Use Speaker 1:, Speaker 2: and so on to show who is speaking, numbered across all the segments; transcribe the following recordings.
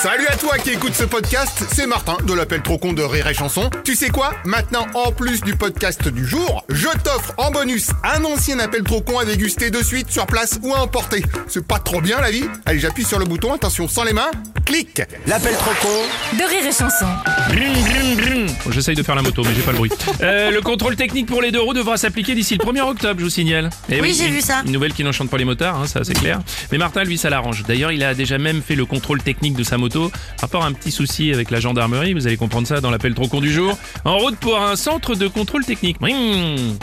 Speaker 1: Salut à toi qui écoute ce podcast, c'est Martin de l'appel trop con de Rire et Chanson. Tu sais quoi Maintenant, en plus du podcast du jour, je t'offre en bonus un ancien appel trop con à déguster de suite sur place ou à emporter. C'est pas trop bien la vie Allez, j'appuie sur le bouton, attention, sans les mains, clique
Speaker 2: L'appel trop con
Speaker 3: de rire et chanson.
Speaker 4: Bling, bling, bling. Bon, Oh, J'essaye de faire la moto, mais j'ai pas le bruit. Euh, le contrôle technique pour les deux roues devra s'appliquer d'ici le 1er octobre, je vous signale. Eh
Speaker 3: Oui, j'ai
Speaker 4: une-
Speaker 3: vu ça.
Speaker 4: Une nouvelle qui n'enchante pas les motards, hein, ça c'est clair. Mais Martin, lui, ça l'arrange. D'ailleurs, il a déjà même fait le contrôle technique de sa moto. Rapport à un petit souci avec la gendarmerie, vous allez comprendre ça dans l'appel trop con du jour. En route pour un centre de contrôle technique. Bling.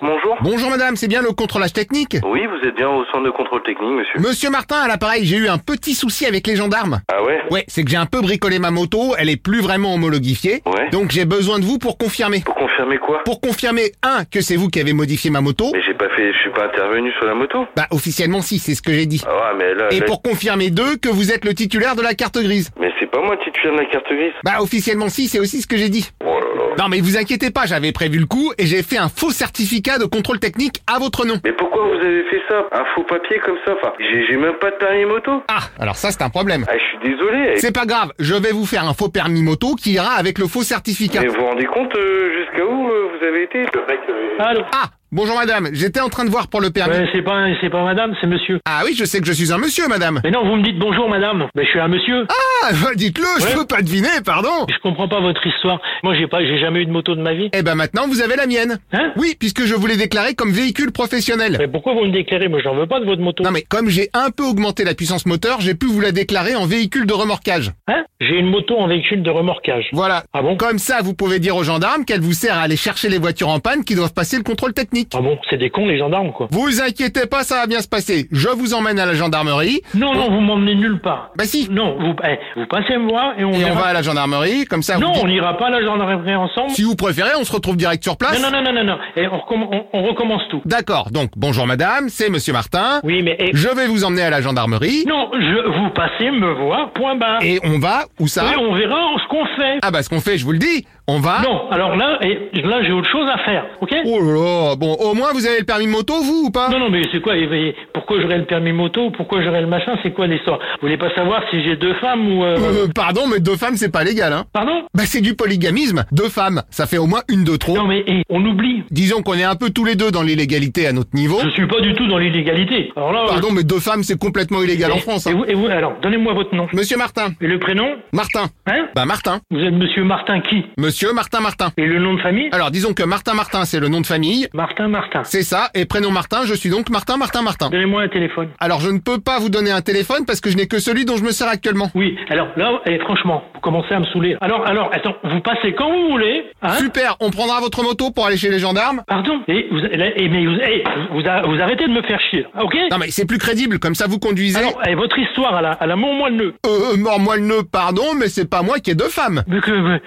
Speaker 5: Bonjour.
Speaker 1: Bonjour madame, c'est bien le contrôlage technique
Speaker 5: Oui, vous êtes bien au centre de contrôle technique, monsieur.
Speaker 1: Monsieur Martin, à l'appareil, j'ai eu un petit souci avec les gendarmes.
Speaker 5: Ah ouais
Speaker 1: Ouais, c'est que j'ai un peu bricolé ma moto, elle est plus vraiment homologifiée.
Speaker 5: Ouais.
Speaker 1: Donc j'ai besoin de vous pour confirmer.
Speaker 5: Pour confirmer quoi
Speaker 1: Pour confirmer, un, que c'est vous qui avez modifié ma moto.
Speaker 5: Mais j'ai pas fait, je suis pas intervenu sur la moto.
Speaker 1: Bah officiellement si, c'est ce que j'ai dit.
Speaker 5: Ah ouais, mais là,
Speaker 1: Et
Speaker 5: là-
Speaker 1: pour confirmer, deux, que vous êtes le titulaire de la carte grise.
Speaker 5: mais c'est pas moi titulaire de la carte grise.
Speaker 1: Bah officiellement si, c'est aussi ce que j'ai dit.
Speaker 5: Oh là là.
Speaker 1: Non mais vous inquiétez pas, j'avais prévu le coup et j'ai fait un faux certificat de contrôle technique à votre nom.
Speaker 5: Mais pourquoi vous avez fait ça Un faux papier comme ça, enfin, j'ai j'ai même pas de permis moto.
Speaker 1: Ah, alors ça c'est un problème.
Speaker 5: Ah, je suis désolé.
Speaker 1: C'est pas grave, je vais vous faire un faux permis moto qui ira avec le faux certificat.
Speaker 5: Mais vous vous rendez compte euh, jusqu'à où euh, vous avez été Le mec. euh,
Speaker 6: Allô
Speaker 1: Ah, bonjour madame, j'étais en train de voir pour le permis.
Speaker 6: Ouais, Ah, c'est pas, un- c'est pas madame, c'est monsieur.
Speaker 1: Ah oui, je sais que je suis un monsieur madame.
Speaker 6: Mais non, vous me dites bonjour madame. Ben, je suis un monsieur.
Speaker 1: Ah, bah, dites-le, je
Speaker 6: Ouais.
Speaker 1: peux pas deviner, pardon.
Speaker 6: Je comprends pas votre histoire. Moi, j'ai pas, j'ai jamais eu de moto de ma vie.
Speaker 1: Eh ben maintenant vous avez la mienne.
Speaker 6: Hein
Speaker 1: Oui, puisque je vous l'ai déclaré comme véhicule professionnel.
Speaker 6: Mais pourquoi vous me déclarez Moi, j'en veux pas de votre moto.
Speaker 1: Non mais comme j'ai un peu augmenté la puissance moteur, j'ai pu vous la déclarer en véhicule de remorquage.
Speaker 6: Hein J'ai une moto en véhicule de remorquage.
Speaker 1: Voilà.
Speaker 6: Ah bon
Speaker 1: Comme ça, vous pouvez dire aux gendarmes qu'elle vous sert à aller chercher les voitures en panne qui doivent passer le contrôle technique.
Speaker 6: Ah bon, c'est des cons, les gendarmes, quoi.
Speaker 1: Vous inquiétez pas, ça va bien se passer. Je vous emmène à la gendarmerie.
Speaker 6: Non, non, vous m'emmenez nulle part.
Speaker 1: Bah si.
Speaker 6: Non, vous, eh, vous passez me voir et on
Speaker 1: Et on
Speaker 6: ira-
Speaker 1: va à la gendarmerie, comme ça.
Speaker 6: Non,
Speaker 1: vous
Speaker 6: on
Speaker 1: dites-
Speaker 6: n'ira pas à la gendarmerie ensemble.
Speaker 1: Si vous préférez, on se retrouve direct sur place.
Speaker 6: Non, non, non, non, non, non. Et on, recomm- on- on recommence tout.
Speaker 1: D'accord. Donc bonjour madame, c'est Monsieur Martin.
Speaker 6: Oui, mais eh,
Speaker 1: Je vais vous emmener à la gendarmerie
Speaker 6: non, je vous passez me voir. Point barre.
Speaker 1: et on va où ça
Speaker 6: Oui, on verra ce qu'on fait.
Speaker 1: Ah bah ce qu'on fait, je vous le dis, on va.
Speaker 6: Non, alors là, et là j'ai autre chose à faire, ok
Speaker 1: Oh là là. Bon, au moins vous avez le permis moto, vous ou pas
Speaker 6: Non, non, mais c'est quoi eh, eh, Pourquoi j'aurais le permis moto Pourquoi j'aurais le machin C'est quoi l'histoire Vous voulez pas savoir si j'ai deux femmes ou... euh,
Speaker 1: Euh, Pardon, mais deux femmes c'est pas légal, hein.
Speaker 6: Pardon
Speaker 1: Bah c'est du polygamisme, deux femmes, ça fait au moins une de trop.
Speaker 6: Non, mais eh, on oublie.
Speaker 1: Disons qu'on est un peu tous les deux dans l'illégalité à notre niveau.
Speaker 6: Je suis pas du tout dans l'illégalité. Alors là...
Speaker 1: Pardon, mais deux femmes, c'est complètement
Speaker 6: eh,
Speaker 1: illégal en France.
Speaker 6: Et
Speaker 1: hein.
Speaker 6: vous, et vous- alors, donnez-moi votre nom.
Speaker 1: Monsieur Martin.
Speaker 6: Et le prénom
Speaker 1: Martin.
Speaker 6: Hein
Speaker 1: Bah Martin.
Speaker 6: Vous êtes monsieur Martin qui
Speaker 1: Monsieur Martin Martin.
Speaker 6: Et le nom de famille
Speaker 1: Alors disons que Martin Martin, c'est le nom de famille.
Speaker 6: Martin Martin.
Speaker 1: C'est ça, et prénom Martin, je suis donc Martin Martin Martin.
Speaker 6: Donnez-moi un téléphone.
Speaker 1: Alors je ne peux pas vous donner un téléphone parce que je n'ai que celui dont je me sers actuellement.
Speaker 6: Oui, alors là, eh, franchement, vous commencez à me saouler. Alors, alors, attends, vous passez quand vous voulez, hein
Speaker 1: Super, on prendra votre moto pour aller chez les gendarmes.
Speaker 6: Pardon Et vous, là, eh, mais vous, eh, vous, a- vous arrêtez de me faire chier, ok
Speaker 1: Non mais c'est plus crédible, comme ça vous conduisez.
Speaker 6: Alors, eh, votre histoire, à la, à la moins le nœud.
Speaker 1: Euh, euh, moi le nœud, pardon, mais c'est pas moi qui ai deux femmes.
Speaker 6: Mais que, mais-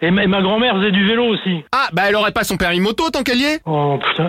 Speaker 6: eh, et ma, et ma grand-mère faisait du vélo aussi.
Speaker 1: Ah, bah elle aurait pas son permis moto tant qu'elle y est.
Speaker 6: Oh putain.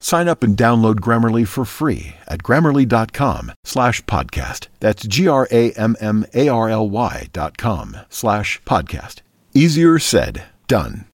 Speaker 7: Sign up and download Grammarly for free at grammarly.com slash podcast. That's G R A M M A R L Y dot com slash podcast. Easier said, done.